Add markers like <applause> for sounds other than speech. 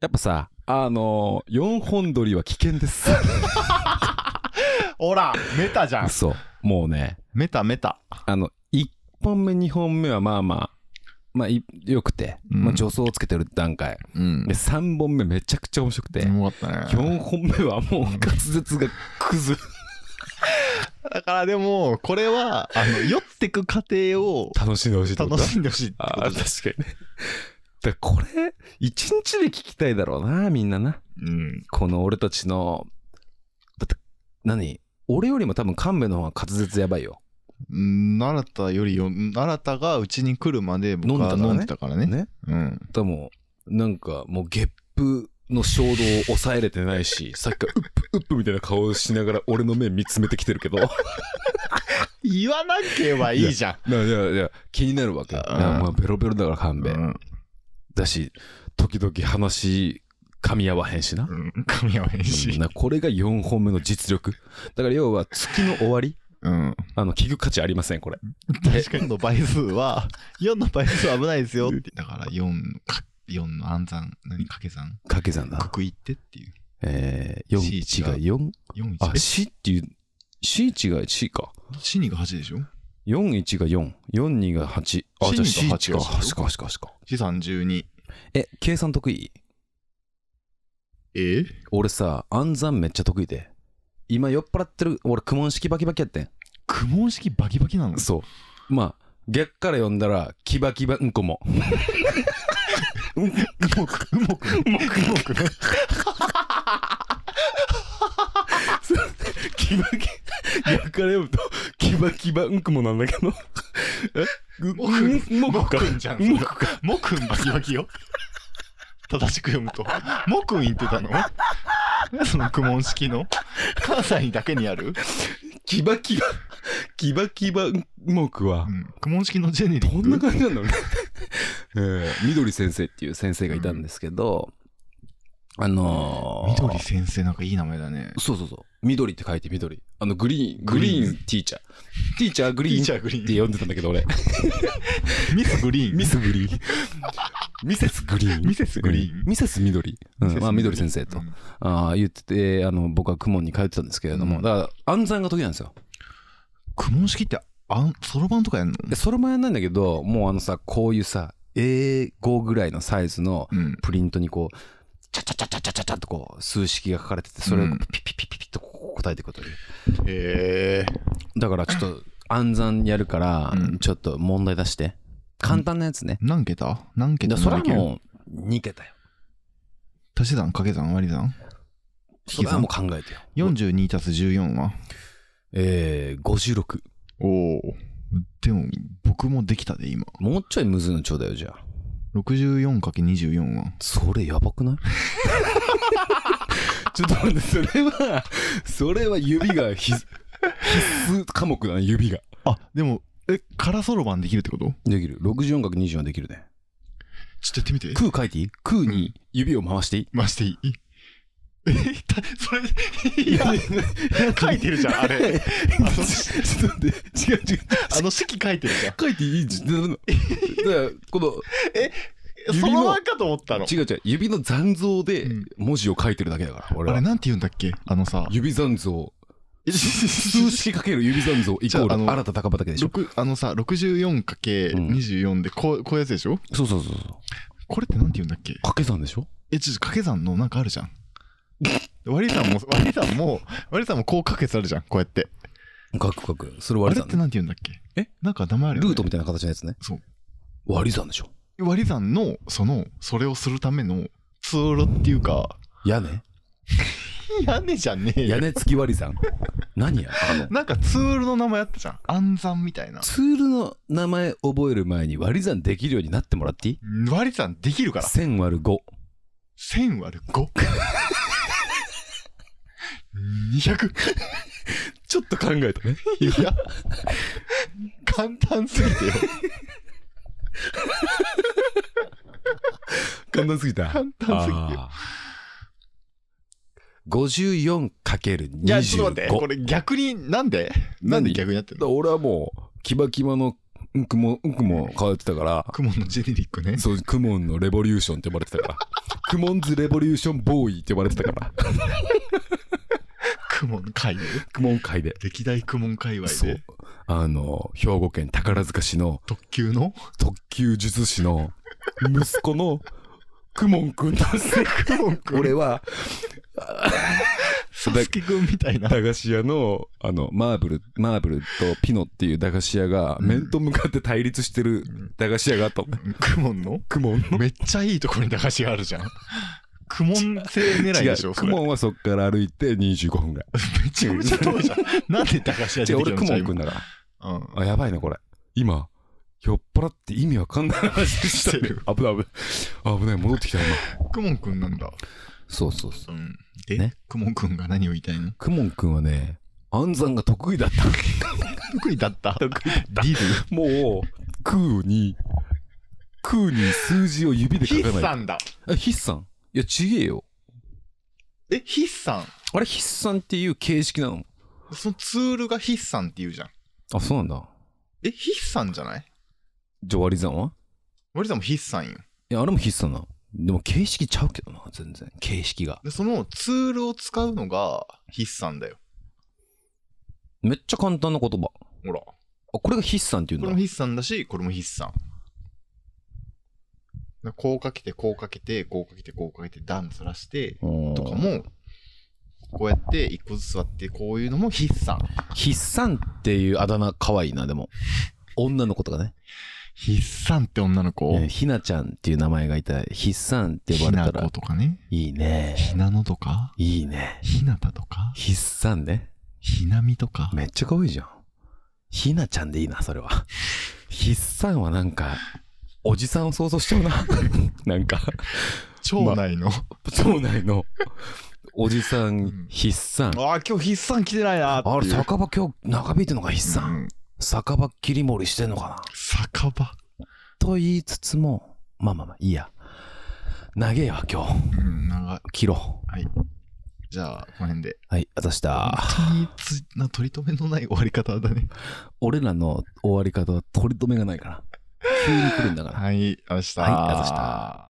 やっぱさ、あのー、4本撮りは危険 <laughs> です。ほら、メタじゃん。そう。もうね、メタメタ。あの、1本目、2本目はまあまあ、まあ、いよくて、うんまあ、助走をつけてる段階。うんで、。3本目めちゃくちゃ面白くて、うまかったね。 4本目はもう滑舌がクズ。だからでも、これは、あ <laughs> の、酔ってく過程を楽しんでほしいってこと楽しんでほしいってこあとあ、だ。確かにね。だからこれ、一日で聞きたいだろうな、みんなな。うん。この俺たちの、だって、何俺よりも多分神戸の方が滑舌やばいよ。うん奈良田よりよ、奈良田がうちに来るまで僕は飲飲んんででたたからね。ねうん。でも、なんかもうゲップの衝動を抑えれてない <laughs> し、さっきからウップ、ウップみたいな顔をしながら俺の目見つめてきてる <laughs> けど、言わなければいいじゃん。いやいやいや、気になるわけ。いやうんまあベロベロだから神戸。うんだし、時々話噛み合わへんしな。うん。噛み合わへんし。なこれが4本目の実力。だから要は月の終わり、うん。あの、聞く価値ありません、これ。確かに。4の倍数は、4の倍数は危ないですよって。だから4の、か4の暗算、何掛け算掛け算くだ。くいってっていう。えー、4、1 C1 がが4。 4、1あ、。C っていう、C1 が1か。え死にが8でしょ41が4、42が8。あ、じゃあ C シか、ン8か、が八よ8か、8か、8か。 ?4、32。え、計算得意え俺さ、暗算めっちゃ得意で。今酔っ払ってる、俺、苦問式バキバキやってん。苦問式バキバキなのそう。まあ、逆から読んだら、キバキバうんこも。うんこうもく、うもく、うもく、うもく。 <laughs> キバキ、逆から読むと、キバキバうんこもなんだけど。えう、もくんうんもくか。もくんじゃんもくか。もくんバキバキよ。正しく読むと。もくん言ってたのその苦問式の関西にだけにある、キバキバ、キバキバうんもくはう、ん、苦問式のジェネリッどクんな感じなんだろうね。 <laughs> えーみどり先生っていう先生がいたんですけど、あのー、みどり先生なんかいい名前だね。そうそうそう。緑って書いて緑。あの、グリーン、ググリーリンーンティーチャー。ティーチャーグリーンティーチャっーグリーンて呼んでたんだけど、俺。ミスグリーン。ミスグリーン。 <laughs> ミセスグリーン。ミセスグリーンうんミセス緑。うん、まあ、緑先生と。うんああ、言ってて、あの、僕は公文に通ってたんですけれども、うんだから、暗算が得意なんですよ。苦問式って、あん、そろばんとかやんので、それもやんないんだけど、もうあのさ、こういうさ、A5 ぐらいのサイズの、うん。プリントにこう、チャチャチャチャチャチャチャってこう、数式が書かれてて、それをうんピピピピピッとこう答えていくという。へえ。だからちょっと暗算やるからうん、ちょっと問題出して。簡単なやつね。何桁何桁だから何それは桁もう2桁よ。足し算、掛け算、割り算それはもう考えてよ。 ?42 足す14はえー、56。おお。でも、僕もできたで、今。もうちょいむずいのちょうだいよ、じゃあ。 64×24 は。それやば <laughs> くないちょっと待って、それは、それは指が必須科目だな、指が。あ、でも、え、空そろばんできるってことできる。64×24 できるね。ちょっとやってみて。空書いていい空に指を回していい回していいえ、たそれ、いや、書いてるじゃん、<laughs> あれ。あのちょっと待って、違う違う。あの式書いてるじゃん。書いていいんじゃん。だから、この、指のそろばんかと思ったの。違う違う、指の残像でうん文字を書いてるだけだから、俺あれ、は。なんて言うんだっけあのさ。指残像。数数式かける指残像イコじゃああールの新田高畑でしょ。 <laughs> 六あのさ、64×24 でこう、こういうやつでしょそうそうそうそう。これってなんて言うんだっけ掛け算でしょえ、ちょっと掛け算のなんかあるじゃん。割り算も、割り算も、割り算もこう掛け算あるじゃん、こうやって。書く書く。それあ割れり算ってなんて言うんだっけえなんか名前あるルよねートみたいな形のやつね。そう。割り算でしょ。割り算の、その、それをするためのツールっていうか、屋根屋根じゃねえ屋根付き割り算。何やあの、なんかツールの名前あったじゃん。暗算みたいな。ツールの名前覚える前に割り算できるようになってもらっていい割り算できるから。 1000割る5。 1000割る5。200。ちょっと考えたね。いや、簡単すぎてよ。簡単すぎた。簡単すぎてよ。 54かける25。いや、ちょっと待って、これ逆になんでなんで逆になってるだからの俺はもう、キバキバのうんくも、うんくも変わってたから、雲のジェネリックね。 <laughs> そう、クモンのレボリューションって呼ばれてたから、クモンズレボリューションボーイって呼ばれてたから。クモン界隈。クモン界で。歴代クモン界隈そうで。。あの、兵庫県宝塚市の特急の特級術師の息子のクモンくんなんですね。クモン君。 <laughs> 俺は、サスケ君みたいな。駄菓子屋の、あの、マーブル、マーブルとピノっていう駄菓子屋が、面と向かって対立してる駄菓子屋があったの。クモンのクモンの。めっちゃいいところに駄菓子があるじゃん。クモン製狙いでし違ょう。そクれモンはそっから歩いて25分ぐらい。めちゃめちゃ遠いじゃん。なんで駄菓子屋違出う、てき俺たクのモじゃあンく今んだから。うん。あ、やばいな、これ。今、酔っ払って意味わかんない <laughs> 話してしてるる。危ない危ない。危ない、戻ってきた、今。クモンくんなんだ。そうそうそう。うん。で、ねクモンくんが何を言いたいのクモンくんはね、暗算が得意だった。得意だった。デ得意だったィル。もう、空に、空に数字を指で書筆かない。算だ。あ、筆算いや、ちげえよ。え、筆算あれ、筆算っていう形式なのそのツールが筆算っていうじゃん。あ、そうなんだ。え、筆算じゃないじゃあ割り算は森さんも筆算よ。いや、あれも筆算なの。でも形式ちゃうけどな、全然。形式が。で、そのツールを使うのが筆算だよ。めっちゃ簡単な言葉。ほら。こあ、これが筆算っていうんれだも。筆算だし、これも筆算。だこうかけて、こうかけて、こうかけて、こうかけて、段ずらして、ととかも、こうやって一個ずつ割って、こういうのも筆算。筆算っていうあだ名可愛いなでも女の子とかね、筆算って女の子えーひなちゃんっていう名前がいた筆算って呼ばれたらとかね。いいねなのとか、いいねひなたとか、筆算ねひなみとかめっちゃ可愛いじゃんひなちゃんでいいなそ <laughs> れは筆算はなんかおじさんを想像しちゃうな <laughs> なんか町内の。町内のおじさんん筆算ああ、今日筆算来てないなーっていう。あれ酒場今日長引いてんのか筆う算ん酒場切り盛りしてんのかな酒場。と言いつつもまあまあまあいいや長えわ今日うん、長い。切ろうはい。じゃあ、この辺で。はいあざした本当につ <laughs> な取り留めのない終わり方だね。俺らの終わり方は取り留めがないから急に来るんだからはい、あざした。はいあざした。